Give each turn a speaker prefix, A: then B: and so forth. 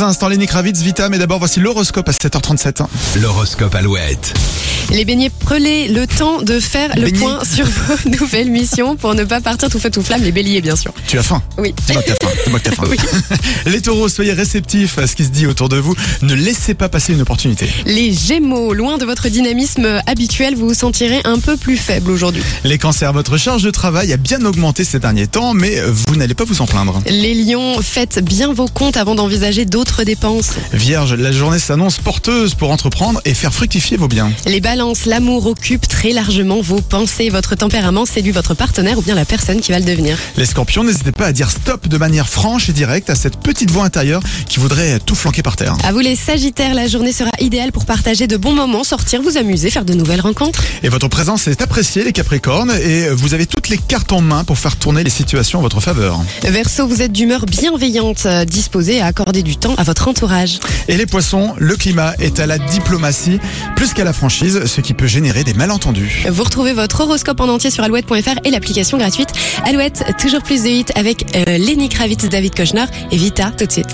A: Un instant, Lenny Kravitz, Vita, mais d'abord voici l'horoscope à 7h37.
B: L'horoscope Alouette.
C: Les beignets, prenez le temps de faire le
A: Beignets.
C: point sur vos nouvelles missions pour ne pas partir tout feu tout flamme, les béliers bien sûr.
A: Tu as faim
C: Oui.
A: C'est moi que t'as faim. C'est moi que t'as faim. Les taureaux, soyez réceptifs à ce qui se dit autour de vous. Ne laissez pas passer une opportunité.
C: Les gémeaux, loin de votre dynamisme habituel, vous vous sentirez un peu plus faible aujourd'hui.
A: Les cancers, votre charge de travail a bien augmenté ces derniers temps, mais vous n'allez pas vous en plaindre.
C: Les lions, faites bien vos comptes avant d'envisager d'autres dépenses.
A: Vierge, la journée s'annonce porteuse pour entreprendre et faire fructifier vos biens.
C: Les balances, l'amour occupe très largement vos pensées. Votre tempérament séduit votre partenaire ou bien la personne qui va le devenir.
A: Les scorpions, n'hésitez pas à dire stop de manière franche et directe à cette petite voix intérieure qui voudrait tout flanquer par terre.
C: À vous les sagittaires, la journée sera idéale pour partager de bons moments, sortir, vous amuser, faire de nouvelles rencontres.
A: Et votre présence est appréciée, les capricornes, et vous avez toutes les cartes en main pour faire tourner les situations en votre faveur.
C: Verseau, vous êtes d'humeur bienveillante, euh, disposée à accorder du temps à votre entourage.
A: Et les poissons, le climat est à la diplomatie plus qu'à la franchise, ce qui peut générer des malentendus.
C: Vous retrouvez votre horoscope en entier sur alouette.fr et l'application gratuite Alouette, toujours plus de hits avec euh, Lenny Kravitz, David Kochner et Vita tout de suite.